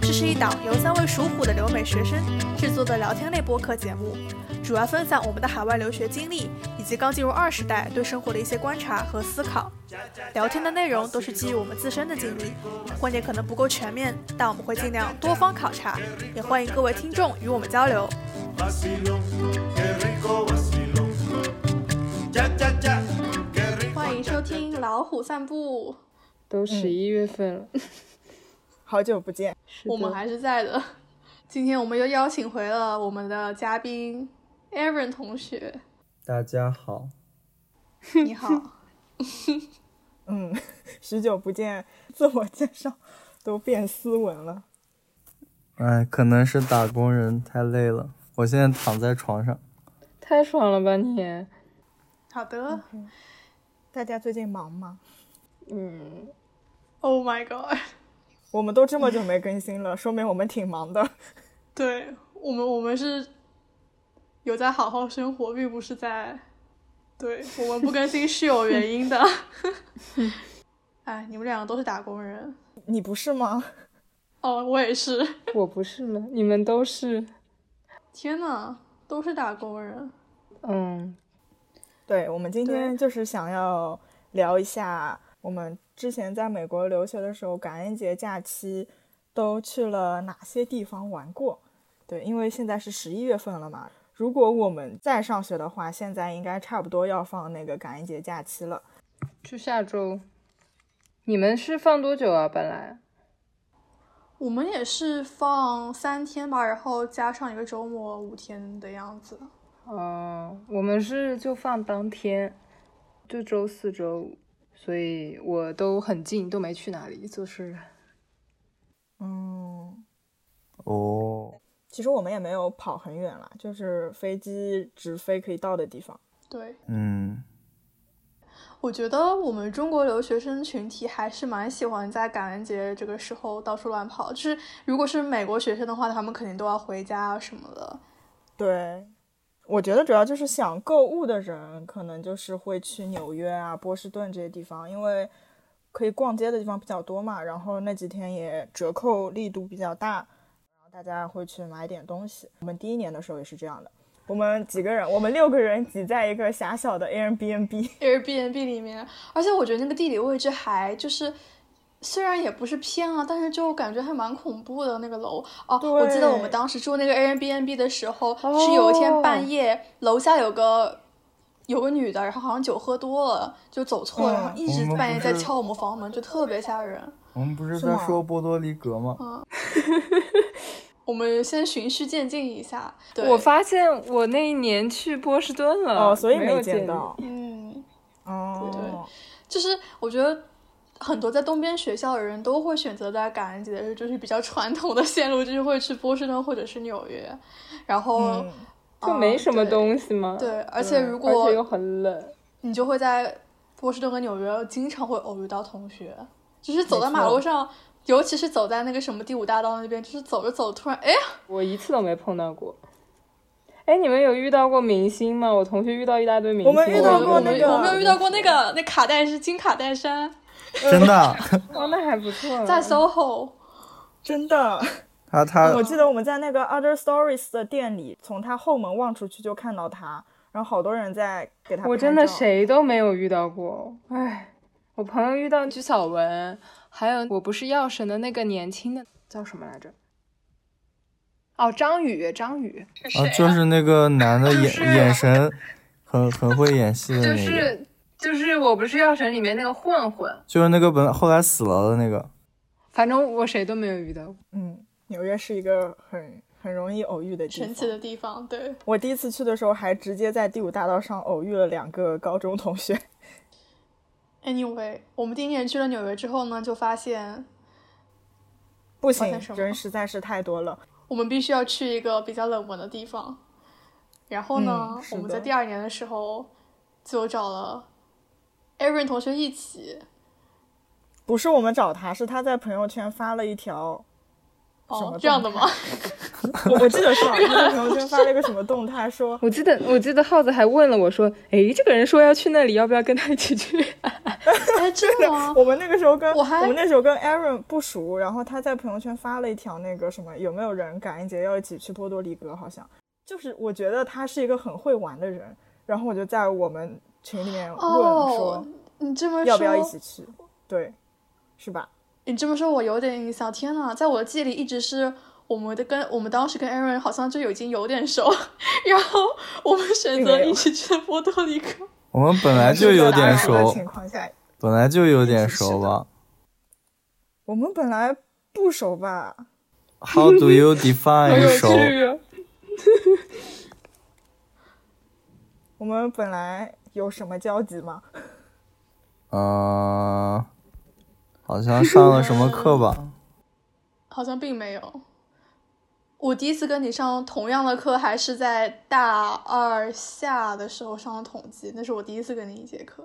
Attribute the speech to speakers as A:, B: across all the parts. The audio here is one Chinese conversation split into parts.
A: 这是一档由三位属虎的留美学生制作的聊天类播客节目，主要分享我们的海外留学经历，以及刚进入二十代对生活的一些观察和思考。聊天的内容都是基于我们自身的经历，观点可能不够全面，但我们会尽量多方考察，也欢迎各位听众与我们交流。欢迎收听《老虎散步》，
B: 都十一月份了，
C: 好久不见，
A: 我们还是在的。 今天我们又邀请回了我们的嘉宾 Aaron 同学，
D: 大家好，
A: 你好。
C: 嗯，许久不见，自我介绍 都变斯文了。
D: 哎，可能是打工人太累了，我现在躺在床上。
B: 太爽了吧你？
A: 好的、
C: 嗯大家最近忙吗？
B: 嗯，
A: o h Oh my god，
C: 我们都这么久没更新了，说明我们挺忙的。
A: 对我们我们是有在好好生活，并不是在，对我们不更新是有原因的。 哎，你们两个都是打工人，
C: 你不是吗？
A: 哦，我也是，
B: 我不是了，你们都是。
A: 天呐，都是打工人，
B: 嗯，
C: 对，我们今天就是想要聊一下我们之前在美国留学的时候，感恩节假期都去了哪些地方玩过？对，因为现在是十一月份了嘛，如果我们再上学的话，现在应该差不多要放那个感恩节假期了。
B: 就下周。你们是放多久啊？本来
A: 我们也是放三天吧，然后加上一个周末五天的样子。
B: 哦，我们是就放当天，就周四周五，所以我都很近，都没去哪里，就是
C: 嗯，
D: 哦，
C: 其实我们也没有跑很远啦，就是飞机直飞可以到的地方。
A: 对，
D: 嗯，
A: 我觉得我们中国留学生群体还是蛮喜欢在感恩节这个时候到处乱跑。就是如果是美国学生的话，他们肯定都要回家啊什么的。
C: 对，我觉得主要就是想购物的人，可能就是会去纽约啊、波士顿这些地方，因为可以逛街的地方比较多嘛。然后那几天也折扣力度比较大，然后大家会去买点东西。我们第一年的时候也是这样的，我们几个人，我们六个人挤在一个狭小 的 Airbnb，
B: 啊
A: Airbnb 里面，而且我觉得那个地理位置还就是，虽然也不是偏啊，但是就感觉还蛮恐怖的那个楼哦。我记得我们
C: 对哦
A: 当时住那个 Airbnb 的时候，是有一天半夜、楼下有个有个女的，然后好像酒喝多了就走错了，
C: 嗯
A: 然后一直
D: 我们
A: 半夜
D: 不
A: 在
D: 是
A: 敲我们房门，就特别吓人。
D: 我们不是
C: 是
D: 在
C: 吗
D: 说波多黎各吗？
A: 我们先循序渐进一下。对，
B: 我发现我那一年去波士顿了，
C: 哦，所以
B: 没有
C: 没
B: 见
C: 见
B: 你
C: 到。
A: 嗯，
C: 哦，
A: 就是我觉得很多在东边学校的人都会选择在感恩节的时候，就是比较传统的线路，就是会去波士顿或者是纽约，然后、
C: 嗯，
B: 就没什么
A: 对
B: 东西嘛。
A: 对，而且
C: 对
A: 如
B: 而且又
A: 果
B: 很冷。
A: 你就会在波士顿和纽约经常会偶遇到同学，就是走在
C: 没
A: 马路
C: 错
A: 上，尤其是走在那个什么第五大道那边，就是走着走着突然哎，
B: 我一次都没碰到过。哎，你们有遇到过明星吗？我同学遇到一大堆明星，
C: 我们遇到
B: 就
C: 过
A: 我
B: 觉得
A: 没
C: 那
A: 有
C: 个
A: 我没有遇到过那个那卡戴是金卡戴珊
D: 真的，啊
B: 哦，那还不
C: 嗯
B: 错。
A: 在 SOHO，
C: 真 的。
D: 他
A: 呃
D: 他啊
C: 我记得我们在那个 Other Stories 的店里，从他后门望出去就看到他，然后好多人在给他。
B: 我真的？谁都没有遇到过。哎，我朋友遇到鞠晓雯，还有我不是药神的那个年轻的叫什么来着？哦，张宇，张宇，
D: 啊，就是那个男的眼眼神很很会演戏的
B: 就
D: 那个，
B: 是就是我不是药神里面那个混混，
D: 就是那个本后来死了的那个。
B: 反正我谁都没有遇到过。
C: 嗯，纽约是一个很很容易偶遇的地方。
A: 神奇的地方，对。
C: 我第一次去的时候，还直接在第五大道上偶遇了两个高中同学。
A: Anyway，我们第一年去了纽约之后呢，就发现
C: 不
A: 发
C: 行
A: 现什，么
C: 人实在是太多了。
A: 我们必须要去一个比较冷门的地方。然后呢，
C: 嗯是
A: 我
C: 的
A: 们在第二年的时候就找了 Aaron 同学一起。
C: 不是我们找他，是他在朋友圈发了一条什
A: 哦
C: 么，
A: 这样的吗？
C: 我我记得是啊，他在朋友圈发了一个什么动态，说
B: 我记得我记得耗子还问了我说，诶，这个人说要去那里，要不要跟他一起去？
A: 哎，真的吗？
C: 我们那个时候跟
A: 我
C: 我
A: 还
C: 们那时候跟 Aaron 不熟，然后他在朋友圈发了一条那个什么，有没有人感恩节要一起去波多黎各？好像就是我觉得他是一个很会玩的人，然后我就在我们群里面问
A: 哦
C: 说，
A: 你这么说，
C: 要不要一起去，对，是吧？
A: 你这么说，我有点印象。天呐，在我的记忆里一直是我们的跟我们当时跟 Aaron 好像就已经有点熟， 然后我们选择
C: 并没有
A: 一起去波多黎各。
D: 我们本来就有点
C: 在打扰的
D: 熟
C: 情，况下，
D: 本来就有点熟吧。
C: 我们本来不熟吧？
D: How do you
B: 好
D: define
B: 有
D: 熟？
B: 趣啊！
C: 我们本来有什么交集吗？
D: 嗯，好像上了什么课吧？
A: 好像并没有。我第一次跟你上同样的课，还是在大二下的时候上的统计，那是我第一次跟你一节课，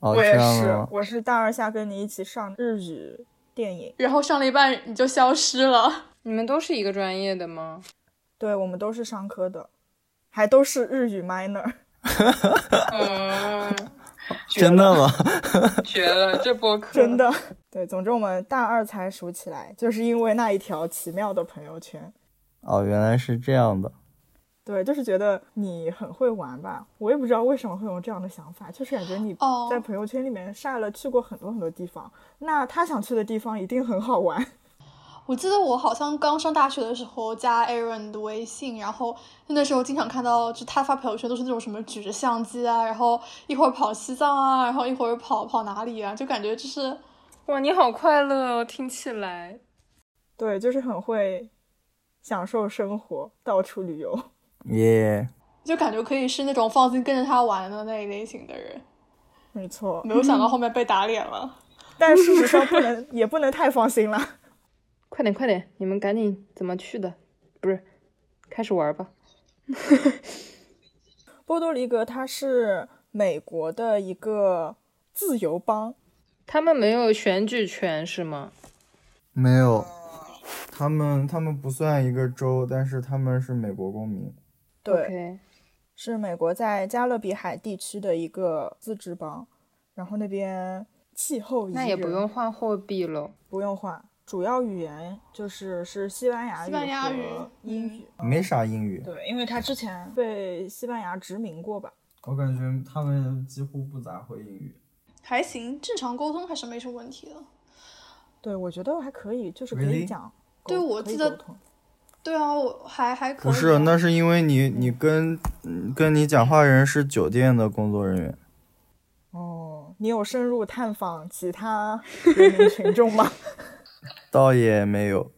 D: 哦，
C: 我
D: 这
C: 也
D: 样的
C: 是
D: 吗，？
C: 我是大二下跟你一起上日语电影，
A: 然后上了一半你就消失了。
B: 你们都是一个专业的吗？
C: 对我们都是商科的，还都是日语 minor。
B: 嗯，
D: 真的吗？
B: 绝了，这播客
C: 真的。对，总之我们大二才熟起来，就是因为那一条奇妙的朋友圈。
D: 哦，原来是这样的。
C: 对，就是觉得你很会玩吧，我也不知道为什么会有这样的想法，就是感觉你
A: 哦
C: 在朋友圈里面晒了去过很多很多地方，那他想去的地方一定很好玩。
A: 我记得我好像刚上大学的时候加 Aaron 的微信，然后那时候经常看到，就他发朋友圈都是那种什么举着相机啊，然后一会儿跑西藏啊，然后一会儿跑跑哪里啊，就感觉就是
B: 哇，你好快乐哦，听起来。
C: 对，就是很会享受生活，到处旅游。
D: 耶、
A: 就感觉可以是那种放心跟着他玩的那一类型的人，
C: 没错，
A: 没有想到后面被打脸了。
C: 但事实上不能，也不能太放心了。
B: 快点，快点，你们赶紧怎么去的？不是，开始玩吧。
C: 波多黎各它是美国的一个自由邦，
B: 他们没有选举权是吗？
D: 没有，他们他们不算一个州，但是他们是美国公民。
C: 对
B: o k
C: 是美国在加勒比海地区的一个自治邦，然后那边气候宜
B: 那也不
C: 人
B: 用换货币喽。
C: 不用换，主要语言就是是西班牙
A: 西班牙语嗯
C: 和英语。
D: 没啥英语，
C: 对，因为他之前被西班牙殖民过吧？
D: 我感觉他们几乎不咋会英语。
A: 还行，正常沟通还是没什么问题的。
C: 对，我觉得还可以，就是可
D: Really？
C: 以讲沟。
A: 对我
C: 可以
A: 记得
C: 沟通
A: 对啊，我还还可以啊。
D: 不是，那是因为你你跟嗯跟你讲话人是酒店的工作人员。
C: 哦，你有深入探访其他人民群众吗？
D: 倒也没有，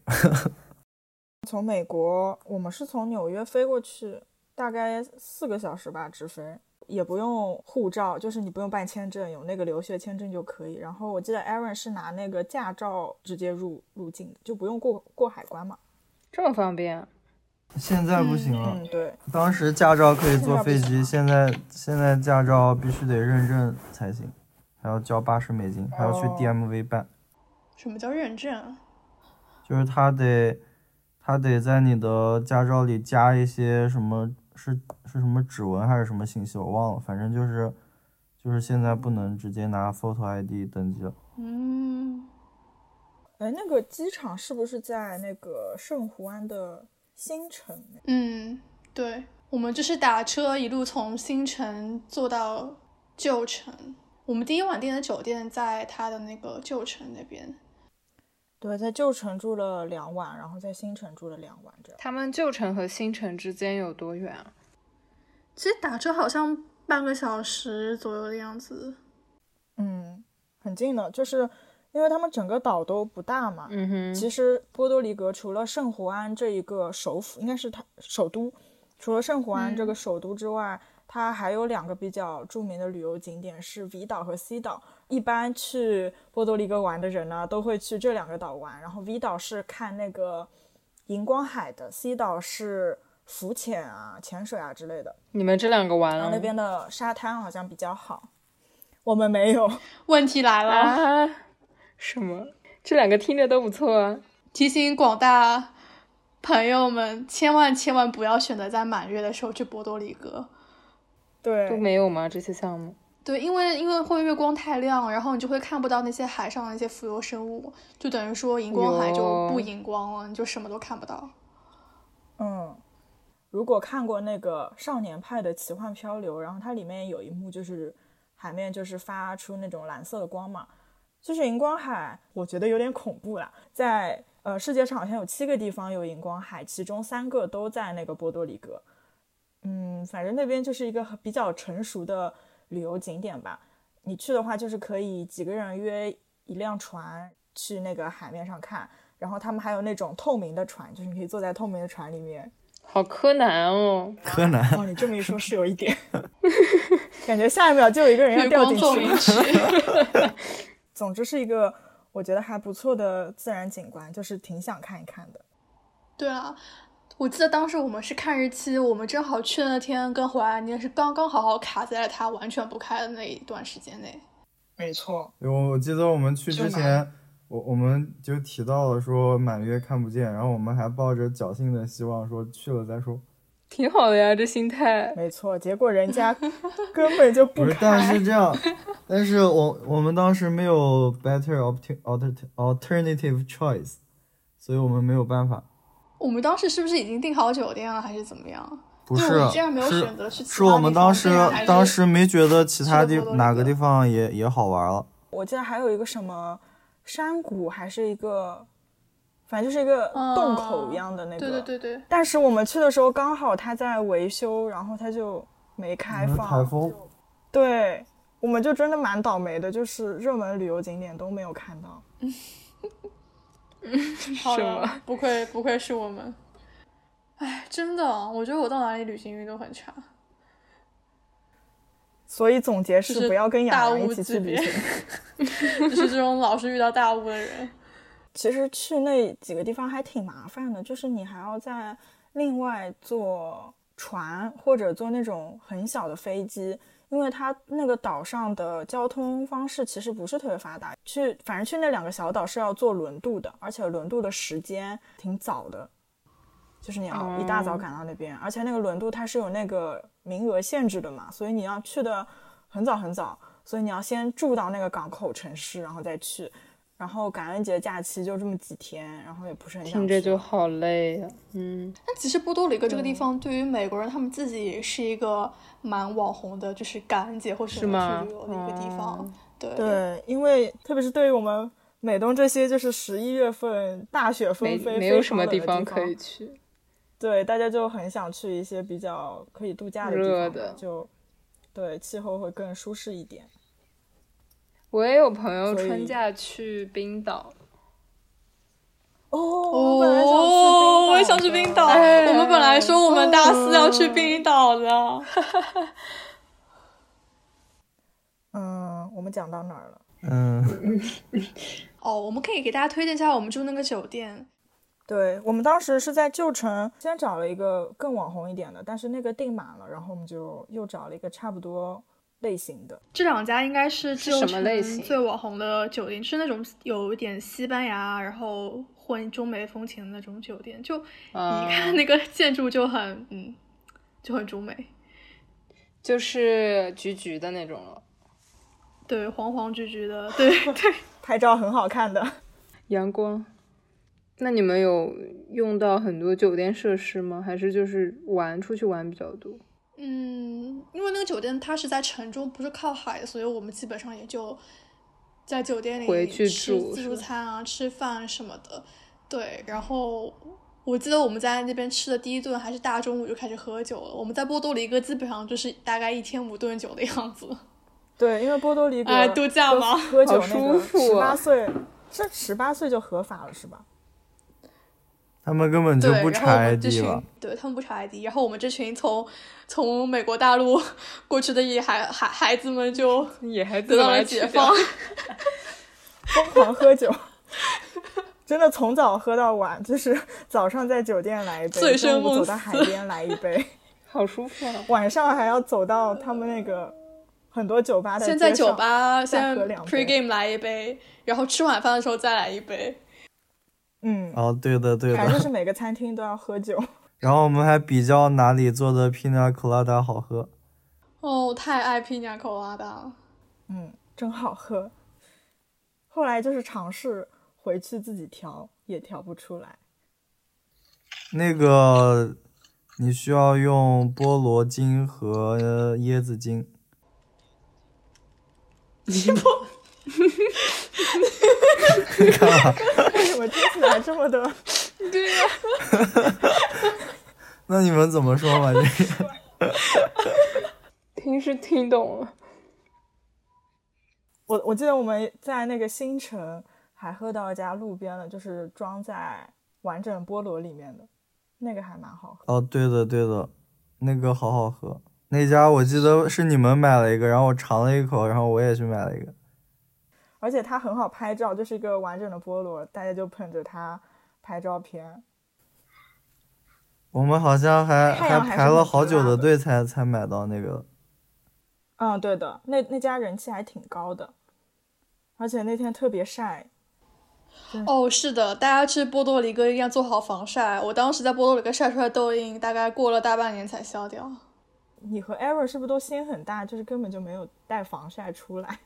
C: 从美国，我们是从纽约飞过去，大概四个小时吧，直飞，也不用护照，就是你不用办签证，有那个留学签证就可以。然后我记得 Aaron 是拿那个驾照直接入入境的，就不用过过海关嘛。
B: 这么方便啊、
D: 现在不行了。
C: 嗯，对，
D: 当时驾照可以坐飞
C: 现在
D: 机，
C: 不行了
D: 现在现在驾照必须得认证才行，还要交八十美金，还要去
C: 哦
D: DMV 办，
A: 什么叫认证啊？
D: 就是他得他得在你的驾照里加一些什么是是什么指纹还是什么信息，我忘了，反正就是就是现在不能直接拿 photo ID 登记了。
A: 嗯，
C: 哎，那个机场是不是在那个圣胡安的新城？
A: 嗯，对，我们就是打车一路从新城坐到旧城。我们第一晚订的酒店在它的那个旧城那边，
C: 对，在旧城住了两晚，然后在新城住了两晚，这样。
B: 他们旧城和新城之间有多远啊？
A: 其实打车好像半个小时左右的样子。
C: 嗯，很近的，就是因为他们整个岛都不大嘛。
B: 嗯哼，
C: 其实波多黎各除了圣胡安这一个首府，应该是它首都，除了圣胡安这个首都之外，它还有两个比较著名的旅游景点是 V 岛和 C 岛。一般去波多黎各玩的人呢，都会去这两个岛玩。然后 V 岛是看那个荧光海的，C 岛是浮潜啊、潜水啊之类的。
B: 你们这两个完
C: 然
B: 了
C: 后
B: 吗
C: 那边的沙滩好像比较好，我们没有。
A: 问题来了，
B: 啊啊？什么？这两个听着都不错啊。
A: 提醒广大朋友们千万千万不要选择在满月的时候去波多黎各。
B: 都
C: 对，
B: 没有吗？这些项目？
A: 对，因为因为会月光太亮，然后你就会看不到那些海上的那些浮游生物，就等于说荧光海就不
B: 哟
A: 荧光了，你就什么都看不到。
C: 嗯，如果看过那个《少年派的奇幻漂流》，然后它里面有一幕就是海面就是发出那种蓝色的光嘛，就是荧光海，我觉得有点恐怖啦。在呃世界上好像有七个地方有荧光海，其中三个都在那个波多黎各。嗯，反正那边就是一个很比较成熟的旅游景点吧。你去的话，就是可以几个人约一辆船去那个海面上看，然后他们还有那种透明的船，就是你可以坐在透明的船里面
B: 好柯南哦！
D: 柯南，
C: 哦，你这么一说，是有一 点，感觉下一秒就有一个人要
A: 月
C: 掉
A: 光
C: 进
A: 奏
C: 去
A: 鸣
C: 了。
A: 曲，
C: 总之是一个我觉得还不错的自然景观，就是挺想看一看的。
A: 对啊，我记得当时我们是看日期，我们正好去的那天跟淮安妮是刚刚好好卡在了它完全不开的那一段时间内。
C: 没错，
D: 我我记得我们去
C: 就
D: 之
C: 买
D: 前，我我们就提到了说满月看不见，然后我们还抱着侥幸的希望说去了再说。
B: 挺好的呀，这心态。
C: 没错。结果人家根本就不
D: 不是，但
C: 开。
D: 是这 样，但是我我们当时没有 better opt- alter- alternative choice，所以我们没有办法。
A: 我们当时是不是已经订好酒店了，还是怎么样？
D: 不
A: 对
D: 是啊
A: 我们竟然没有
D: 是
A: 选择去其
D: 是
A: 他
D: 我
A: 地
D: 们
A: 方
D: 当时
A: 这样还是
D: 当时没觉得其他
A: 去
D: 地
A: 了波多黎
D: 哪
A: 各
D: 个地方也也好玩了。
C: 我记得还有一个什么山谷，还是一个，反正就是一个
A: 嗯
C: 洞口一样的那个。
A: 对对对对，
C: 但是我们去的时候刚好它在维修，然后它就没开
D: 因为
C: 放。
D: 台风，
C: 对，我们就真的蛮倒霉的，就是热门旅游景点都没有看到。
A: 好
B: 什
A: 了
B: 么？
A: 不愧不愧是我们。哎，真的，我觉得我到哪里旅行运都很差。
C: 所以总结
A: 就是
C: 是不要跟
A: 大
C: 亚楠
A: 屋
C: 一起
A: 子
C: 去旅
A: 别
C: 行。
A: 就是这种老是遇到大雾的人。
C: 其实去那几个地方还挺麻烦的，就是你还要再另外坐船或者坐那种很小的飞机，因为它那个岛上的交通方式其实不是特别发达。去反正去那两个小岛是要坐轮渡的，而且轮渡的时间挺早的，就是你要一大早
B: 哦
C: 赶到那边，而且那个轮渡它是有那个名额限制的嘛，所以你要去的很早很早，所以你要先住到那个港口城市，然后再去。然后感恩节假期就这么几天，然后也不是很想
B: 听着
C: 去
B: 就好累呀、嗯，
A: 但其实波多黎各这个地方，对于美国人他们自己也是一个蛮网红的，就是感恩节会选
B: 是
A: 择
B: 吗
A: 去旅游的一个地方
B: 哦。
A: 对，
C: 对，因为特别是对于我们美东这些就是十一月份大雪
B: 没
C: 纷飞，
B: 没
C: 非
B: 有
C: 常
B: 什么
C: 冷的地
B: 方可以，去。
C: 对，大家就很想去一些比较可以度假的地
B: 热
C: 方吧，
B: 的
C: 就对气候会更舒适一点。
B: 我也有朋友
C: 所以
B: 春假去冰岛，
C: 哦，
A: 哦，
C: 我本来想去
B: 哦
C: 冰岛，
A: 我也想去冰岛。
B: 哎
A: 我们本来说我们大四要去冰岛的，
C: 嗯，我们讲到哪儿了？
D: 嗯，
A: 哦，我们可以给大家推荐一下我们住那个酒店。
C: 对我们当时是在旧城，先找了一个更网红一点的，但是那个订满了，然后我们就又找了一个差不多类型的。
A: 这两家应该是
B: 是
A: 旧
B: 什么
A: 城
B: 类型
A: 最网红的酒店，是那种有一点西班牙，然后混中美风情的那种酒店，就
B: 啊、
A: 你看那个建筑就很，嗯，就很中美，
B: 就是橘橘的那种了，
A: 对，黄黄橘橘的，对对。
C: 拍照很好看的。
B: 阳光。那你们有用到很多酒店设施吗？还是就是玩出去玩比较多？
A: 嗯，因为那个酒店它是在城中，不是靠海，所以我们基本上也就在酒店里
B: 回去
A: 吃
B: 住
A: 自
B: 是
A: 助
B: 吧
A: 餐啊、吃饭什么的。对，然后我记得我们在那边吃的第一顿还是大中午就开始喝酒了。我们在波多黎各基本上就是大概一天五顿酒的样子。
C: 对，因为波多黎各
A: 哎度假
C: 喝
A: 嘛
C: 喝酒
B: 好
C: 那
B: 舒
C: 个十
B: 服
C: 八
B: 啊
C: 岁，是十八岁就合法了是吧？
D: 他们根本就
A: 对，
D: 不
A: 然后我
D: 查
A: 们这
D: ID 了
A: 群。对他们不查 ID，然后我们这群从从美国大陆过去的野孩孩孩子们就
B: 也还
A: 得到了解放。
C: 疯狂喝酒， 真的从早喝到晚，就是早上在酒店来一杯，
A: 醉生
C: 中午
A: 梦
C: 走到海
A: 死
C: 边来一 杯，
B: 好舒服啊！
C: 晚上还要走到他们那个很多酒吧的
A: 先在
C: 街上
A: 酒吧
C: 再
A: 先
C: 喝两
A: pre
C: 杯
A: game 来一杯，然后吃晚饭的时候再来一杯。
C: 嗯，
D: 哦，对的对
C: 反正就
D: 的。
C: 是每个餐厅都要喝酒。
D: 然后我们还比较哪里做的 Pina Colada 好喝。
A: 哦，我太爱皮尼亚口拉达。
C: 嗯，真好喝。后来就是尝试回去自己调，也调不出来。
D: 那个你需要用菠萝精和呃椰子精。你不？干嘛？
C: 为什么听起来这么的？
B: 对呀、
D: 那你们怎么说嘛？ 这个
B: 听是听懂了，
C: 我我记得我们在那个新城还喝到一家路边的，就是装在完整菠萝里面的，那个还蛮好喝。
D: 哦，对的对的，那个好好喝。那家我记得是你们买了一个，然后我尝了一口，然后我也去买了一个。
C: 而且它很好拍照，就是一个完整的菠萝，大家就捧着它拍照片。
D: 我们好像还
C: 太阳还是
D: 排了
C: 很
D: 好久
C: 辣
D: 的
C: 的
D: 队才才买到那个。
C: 嗯，对的，那那家人气还挺高的，而且那天特别晒。
A: 哦，是的，大家去波多黎各一定要做好防晒。我当时在波多黎各晒出来的痘印，大概过了大半年才消掉。
C: 你和 Ever 是不是都心很大，就是根本就没有带防晒出来？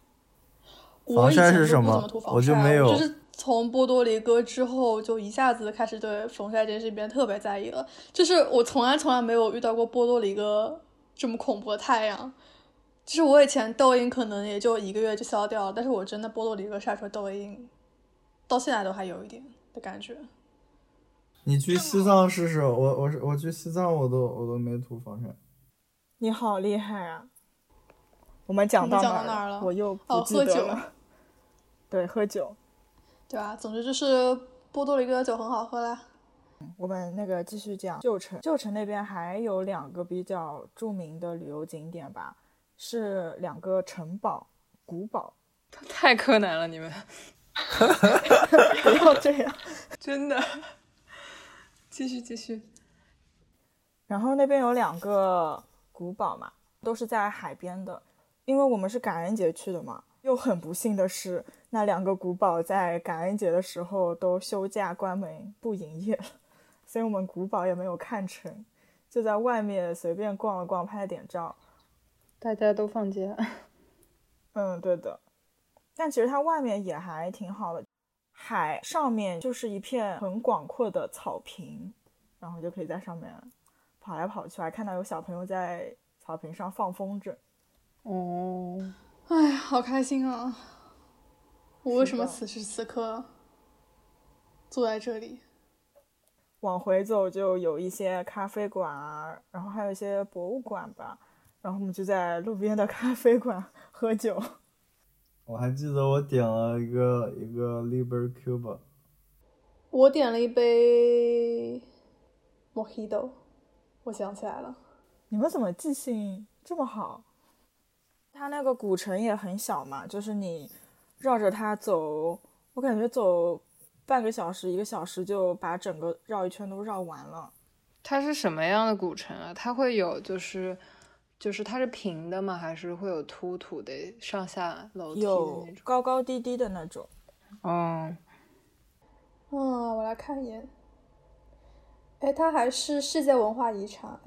A: 我以
D: 防晒
A: 前就
D: 是什
A: 不
D: 么
A: 怎么涂防
D: 我
A: 晒，
D: 就没有
A: 就是从波多黎各之后，就一下子开始对防晒这件事情变得特别在意了。就是我从来从来没有遇到过波多黎各这么恐怖的太阳。就是我以前痘印可能也就一个月就消掉了，但是我真的波多黎各晒出来痘印，到现在都还有一点的感觉。
D: 你去西藏试试，我我是我去西藏我都我都没涂防晒。
C: 你好厉害啊！我们讲
A: 我们
C: 到
A: 讲
C: 哪
A: 到哪儿
C: 儿
A: 了
C: 我又不
A: 哦
C: 记
A: 喝
C: 得
A: 酒
C: 了。对，喝酒。
A: 对啊，总之就是波多黎各的酒很好喝啦。
C: 我们那个继续讲旧城，旧城那边还有两个比较著名的旅游景点吧，是两个城堡、古堡。
B: 太柯南了，你们
C: 不要这样。
B: 真的。 继续继续，
C: 然后那边有两个古堡嘛，都是在海边的。因为我们是感恩节去的嘛，又很不幸的是，那两个古堡在感恩节的时候都休假关门不营业了，所以我们古堡也没有看成，就在外面随便逛了逛，拍了点照。
B: 大家都放假。
C: 嗯，对的。但其实它外面也还挺好的，海上面就是一片很广阔的草坪，然后就可以在上面跑来跑去，还看到有小朋友在草坪上放风筝。
B: 哦，
A: 哎，好开心啊！我为什么
C: 是的
A: 此时此刻坐在这里？
C: 往回走就有一些咖啡馆啊，然后还有一些博物馆吧，然后我们就在路边的 咖啡馆喝酒。
D: 我还记得我点了一个一个 Liber Cuba，
A: 我点了一杯 Mojito，我想起来了，
C: 你们怎么记性这么好？它那个古城也很小嘛，就是你绕着它走，我感觉走半个小时、一个小时就把整个绕一圈都绕完了。
B: 它是什么样的古城啊？它会有就是就是它是平的吗？还是会有凸凸的上下楼梯的
C: 有
B: 那种？
C: 高高低低的那种，
B: 哦，
A: 嗯，我来看一眼。哎，它还是世界文化遗产。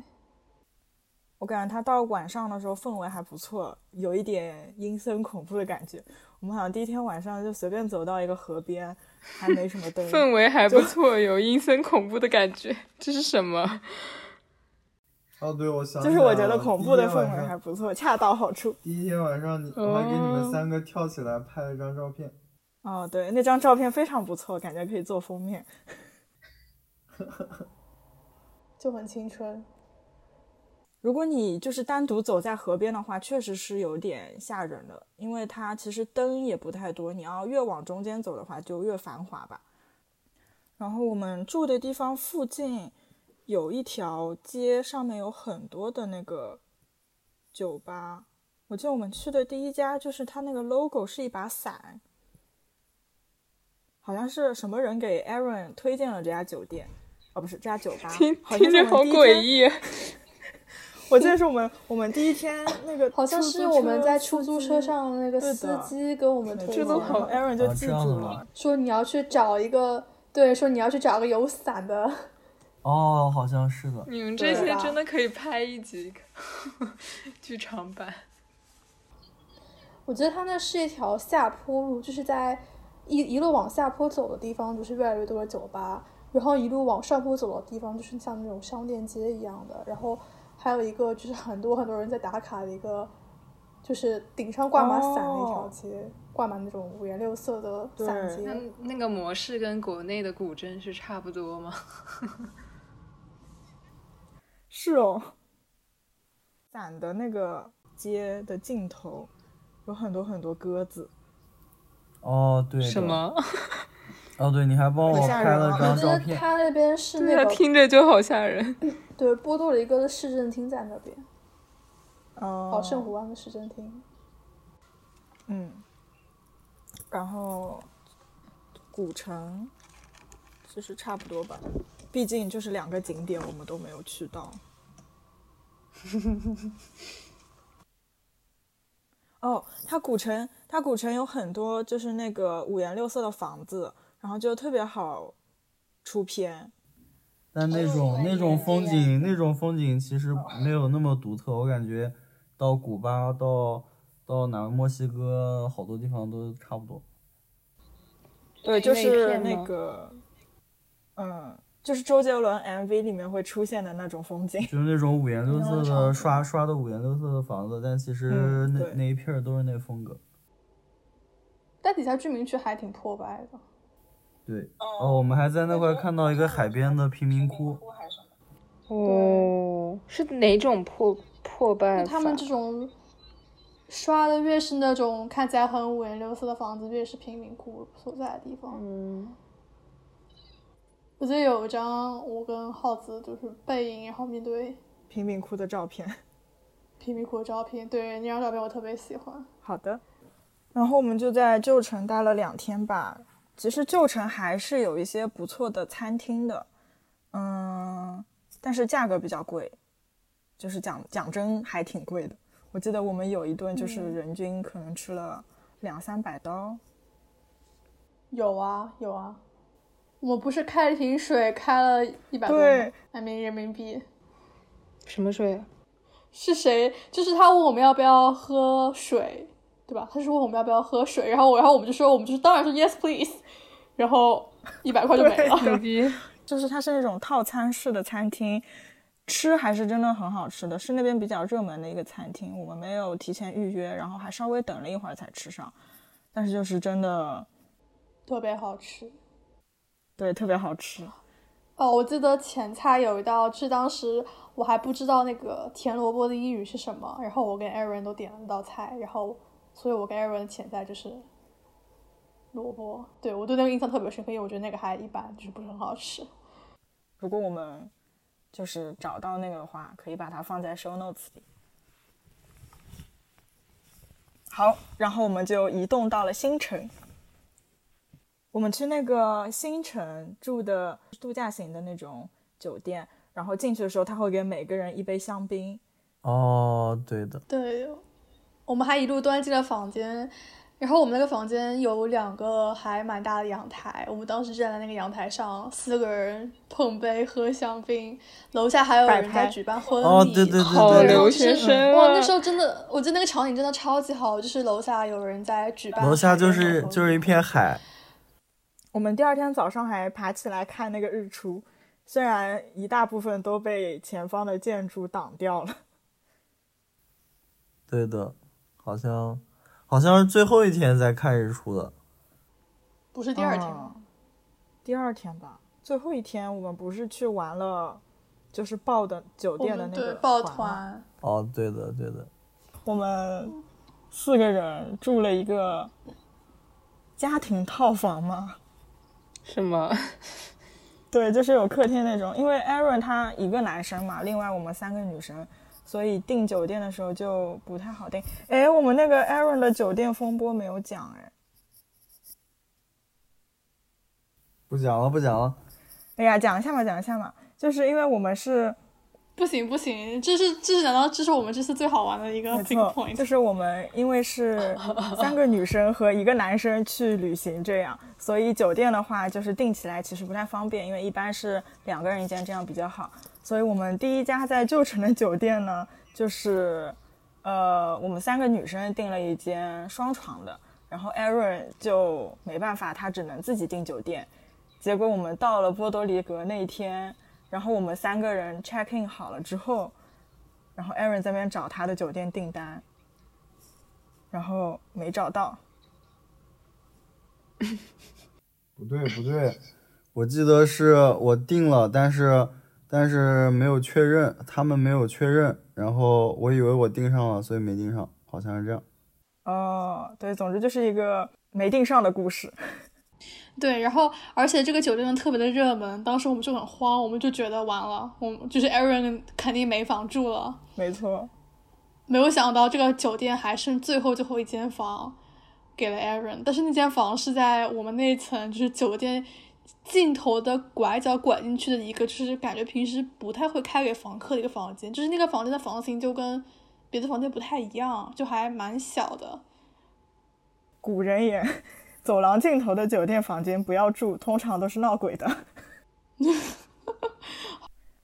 C: 我感觉它到晚上的时候氛围还不错，有一点阴森恐怖的感觉。我们好像第一天晚上就随便走到一个河边，还没什么灯，
B: 氛围还不错，有阴森恐怖的感觉。这是什么？
D: 哦，对，我 想
C: 就是我觉得恐怖的氛围还
D: 还
C: 不哦错，恰到好处。
D: 第一天晚上你我还给你们三个跳起来拍了张照片，
C: 哦，对，那张照片非常不错，感觉可以做封面。
A: 就很青春。
C: 如果你就是单独走在河边的话，确实是有点吓人的，因为它其实灯也不太多，你要越往中间走的话，就越繁华吧。然后我们住的地方附近有一条街，上面有很多的那个酒吧。我记得我们去的第一家就是它那个 logo 是一把伞，好像是什么人给 Aaron 推荐了这家酒店，哦，不是这家酒吧，
B: 听
C: 好像
B: 听
C: 是
B: 着
C: 我们
B: 好
C: 第一
B: 诡
C: 天
B: 异。啊
C: 我记得是我们我们第一天那个
A: 好像
C: 出租
A: 是我们
C: 车
A: 在
C: 司
A: 出租车
C: 机
A: 上的那个
C: 对
A: 司
C: 的
A: 机给我们推
C: 对
A: 荐
B: 这都好
C: 然后 Aaron 就
D: 啊
C: 记
D: 这样
C: 住
D: 的
C: 了。
D: 吗
A: 说你要去找一个对，说你要去找个有伞的，
D: 哦，好像是的。
B: 你们这
A: 对
B: 些
A: 吧
B: 真的可以拍一集 剧场版。
A: 我觉得它那是一条下坡路，就是在一一路往下坡走的地方，就是越来越多的酒吧，然后一路往上坡走的地方，就是像那种商店街一样的，然后还有一个就是很多很多人在打卡的一个，就是顶上挂满伞的一条
C: 哦
A: 街，挂满那种五颜六色的伞
C: 对
A: 街
B: 那。那个模式跟国内的古镇是差不多吗？
C: 是哦，伞的那个街的尽头有很多很多鸽子，
D: 哦，对。
B: 什？么？
D: 哦，对，你还帮我
C: 很吓
D: 拍
C: 人啊
D: 了
A: 我
D: 张
A: 觉
D: 照
A: 得
D: 片。
A: 它那边是
B: 对
A: 那
B: 啊，
A: 个
B: 听着就好吓 人。
A: 对波多黎各的市政厅在那边，
C: 哦
A: 哦，圣虎湾的市政厅。
C: 嗯，然后古城就是差不多吧，毕竟就是两个景点我们都没有去到。哦，它古城，它古城有很多就是那个五颜六色的房子，然后就特别好出片。
D: 但那种那种风景，那种风景其实没有那么独特。我感觉到古巴，到到哪墨西哥，好多地方都差不多。
C: 对，就
B: 那一
C: 是
B: 片
C: 那
B: 吗
C: 个，嗯，就是周杰伦 MV 里面会出现的那种风景。
D: 就是那种五颜六色
C: 那种场
D: 的
C: 景
D: 刷刷的五颜六色的房子，但其实
C: 嗯
D: 那、
C: 对
D: 那一片儿都是那风格。
A: 但底下居民区还挺破败的，
D: 对，哦，我们还在那块看到一个海边的贫民窟，
B: 哦，是哪种破破败
A: 那
B: 法？
A: 他们这种刷的越是那种看起来很五颜六色的房子，越是贫民窟所在的地方。
B: 嗯，
A: 我记得有一张我跟浩子就是背影，然后面对
C: 贫民窟的照片。
A: 贫民窟的照片，对那张照片我特别喜欢。
C: 好的。然后我们就在旧城待了两天吧。其实旧城还是有一些不错的餐厅的，嗯，但是价格比较贵，就是讲讲真还挺贵的。我记得我们有一顿就是
A: 嗯
C: 人均可能吃了两三百刀，
A: 有啊有啊，我不是开了一瓶水，开了一百多
C: 对
A: 还没人民币。
B: 什么水？啊
A: 是谁？就是他问我们要不要喝水，对吧？他是问我们要不要喝水，然后我，然后我们就说，我们就是当然说 yes please，然后一百块就没了。
B: 牛逼！
C: 就是它是那种套餐式的餐厅，吃还是真的很好吃的，是那边比较热门的一个餐厅。我们没有提前预约，然后还稍微等了一会儿才吃上，但是就是真的
A: 特别好吃。
C: 对特别好吃。
A: 哦，我记得前菜有一道，是当时我还不知道那个甜萝卜的英语是什么，然后我跟 Aaron 都点了那道菜，然后所以我跟 Aaron 的前菜就是萝卜。对我对那个印象特别深刻，因为我觉得那个还一般，就是不是很好吃。
C: 如果我们就是找到那个的话，可以把它放在 show notes 里。好，然后我们就移动到了新城。我们去那个新城住的度假型的那种酒店，然后进去的时候他会给每个人一杯香槟。
D: 哦，对的，
A: 对，我们还一路端进了房间，然后我们那个房间有两个还蛮大的阳台，我们当时站在那个阳台上，四个人碰杯喝香槟，楼下还有
C: 摆
A: 人在
C: 拍
A: 举办婚礼，
D: 哦，对对对
B: 好
D: 对，
B: 留学生啊！
A: 嗯哇，那时候真的，我记得那个场景真的超级好，就是楼下有人在举办，
D: 楼下就是就是一片，海，
C: 我们第二天早上还爬起来看那个日出，虽然一大部分都被前方的建筑挡掉了。
D: 对的，好像好像是最后一天才看日出的，
A: 不是第二天
C: 哦
A: 吗？
C: 第二天吧，最后一天我们不是去玩了，就是报的酒
A: 我
C: 店的
A: 们
C: 那
A: 对
C: 个
A: 抱
C: 吗，
A: 团，
D: 哦，对的对的，
C: 我们四个人住了一个家庭套房嘛，
B: 啊什么？
C: 对，就是有客厅那种。因为 Aaron 他一个男生嘛，另外我们三个女生，所以订酒店的时候就不太好订。哎，我们那个 Aaron 的酒店风波没有讲哎，
D: 不讲了不讲了，
C: 哎呀，讲一下嘛，讲一下嘛，就是因为我们是
A: 不行不行，这是这是难道这是我们这次最好玩的一个
C: 没
A: big
C: 错，就
A: point？
C: 是我们因为是三个女生和一个男生去旅行这样，所以酒店的话就是订起来其实不太方便，因为一般是两个人一间这样比较好。所以我们第一家在旧城的酒店呢，就是呃我们三个女生订了一间双床的，然后 Aaron 就没办法，他只能自己订酒店。结果我们到了波多黎各那一天，然后我们三个人 check in 好了之后。然后 Aaron 在那边找他的酒店订单，然后没找到。
D: 不对不对，我记得是我定了，但是但是没有确认，他们没有确认，然后我以为我订上了，所以没订上，好像是这样。
C: 哦，对，总之就是一个没订上的故事。
A: 对，然后而且这个酒店特别的热门，当时我们就很慌，我们就觉得完了，我们就是 Aaron 肯定没房住了。
C: 没错，
A: 没有想到这个酒店还剩最后最后一间房给了 Aaron，但是那间房是在我们那一层，就是酒店尽头的拐角拐进去的一个，就是感觉平时不太会开给房客的一个房间，就是那个房间的房型就跟别的房间不太一样，就还蛮小的。
C: 古人言， 走廊尽头的酒店房间不要住，通常都是闹鬼的。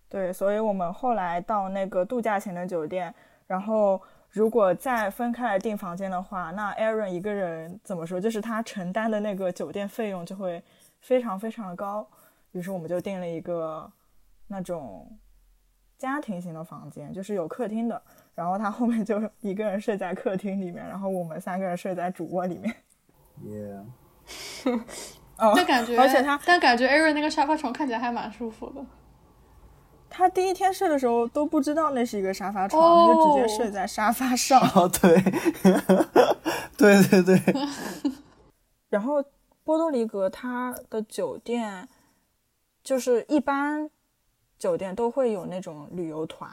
C: 对，所以我们后来到那个度假型的酒店，然后如果再分开来订房间的话，那 Aaron 一个人怎么说，就是他承担的那个酒店费用就会非常非常的高。于是我们就订了一个那种家庭型的房间，就是有客厅的。然后他后面就一个人睡在客厅里面，然后我们三个人睡在主卧里面。
D: 耶，
C: 哦
A: 但感觉，
C: 而且他
A: 但感觉 Aaron 那个沙发床看起来还蛮舒服的。
C: 他第一天睡的时候都不知道那是一个沙发床，
A: 哦
C: 他就直接睡在沙发上。
D: 哦对， 对对对，
C: 然后波多黎各它的酒店，就是一般酒店都会有那种旅游团，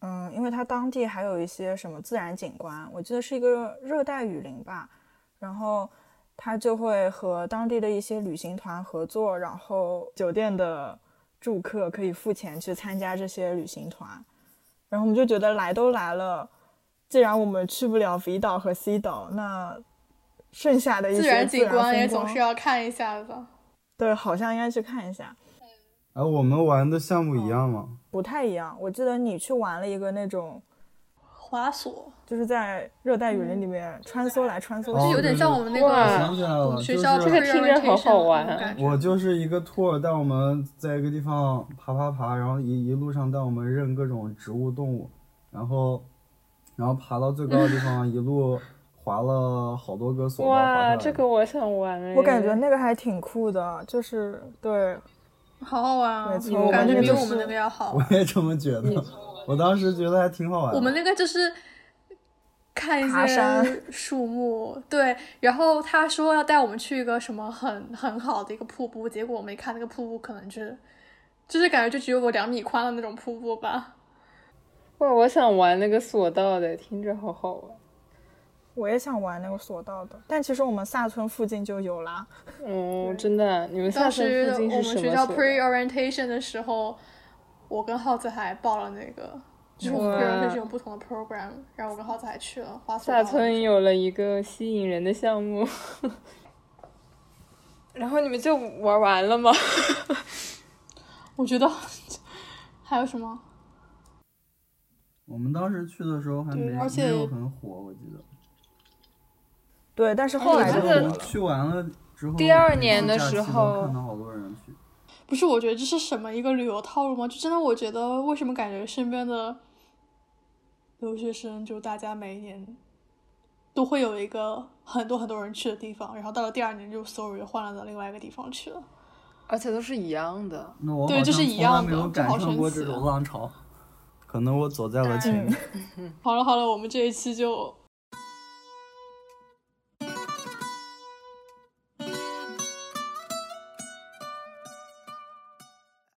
C: 嗯，因为它当地还有一些什么自然景观，我记得是一个热带雨林吧，然后它就会和当地的一些旅行团合作，然后酒店的住客可以付钱去参加这些旅行团，然后我们就觉得来都来了。既然我们去不了 V 岛和 C 岛，那剩下的一些
A: 自然景
C: 观
A: 观也总是要看一下的。
C: 对，好像应该去看一下，
D: 哎，我们玩的项目一样吗？
C: 不太一样。我记得你去玩了一个那种，
A: 滑索
C: 就是在热带雨林里面穿梭来穿梭
D: 哦
C: 去。
A: 有点像我们那
B: 哇
A: 个
D: 想起来了，
A: 学
D: 就是
A: 校
B: 这个听着好好玩
D: 我就是一个 tour，带我们在一个地方爬爬爬，然后一一路上带我们认各种植物动物，然后，然后爬到最高的地方，一路滑了好多个索道。滑下
B: 哇，
D: 来
B: 这个我想玩哎！
C: 我感觉那个还挺酷的，就是对，
A: 好好玩啊
C: 没！错
A: 感觉比
C: 我们那个
A: 我们那个要好
D: 我。也这么觉得， 我当时觉得还挺好玩的。
A: 我们那个就是看
C: 爬
A: 一
C: 山
A: 些树木，对。然后他说要带我们去一个什么很很好的一个瀑布，结果我没看那个瀑布，可能就是就是感觉就只有我两米宽的那种瀑布吧。
B: 哇，我想玩那个索道的，听着好好玩。
C: 我也想玩那个索道的，但其实我们萨村附近就有啦。
B: 嗯，真的，你们下
A: 当
B: 次
A: 时
B: 附
A: 我
B: 近
A: 们
B: 是什
A: 学
B: 么
A: 校
B: 索道？
A: pre orientation 的时候，我跟浩子还报了那个，就是我们 pre
B: 哇
A: orientation 有不同的 program，然后我跟浩子还去了花索
B: 下
A: 道
B: 村有了一个吸引人的项目， 然后你们就玩完了吗？
A: 我觉得 还有什么？
D: 我们当时去的时候还没
A: 对而且
D: 没有很火，我记得。
C: 对，但是后来
B: 我
C: 就
B: 记
C: 火
B: 得
D: 我
C: 了
D: 们。去完了之后，
B: 第二年的
D: 假期
B: 时
D: 都
B: 候
D: 看到好多人去。
A: 不是，我觉得这是什么一个旅游套路吗？就真的，我觉得为什么感觉身边的留学生，就大家每一年都会有一个很多很多人去的地方，然后到了第二年，就所有人换了到另外一个地方去了。
B: 而且都是一样的。
D: 那我
A: 对
D: 好
A: 这是
D: 像
A: 一
D: 从来
A: 样
D: 没
A: 的
D: 有
A: 这
D: 赶
A: 好
D: 上
A: 神
D: 过
A: 奇
D: 这
A: 啊
D: 种浪潮，可能我走在了前面。
A: 好了好了，我们这一期就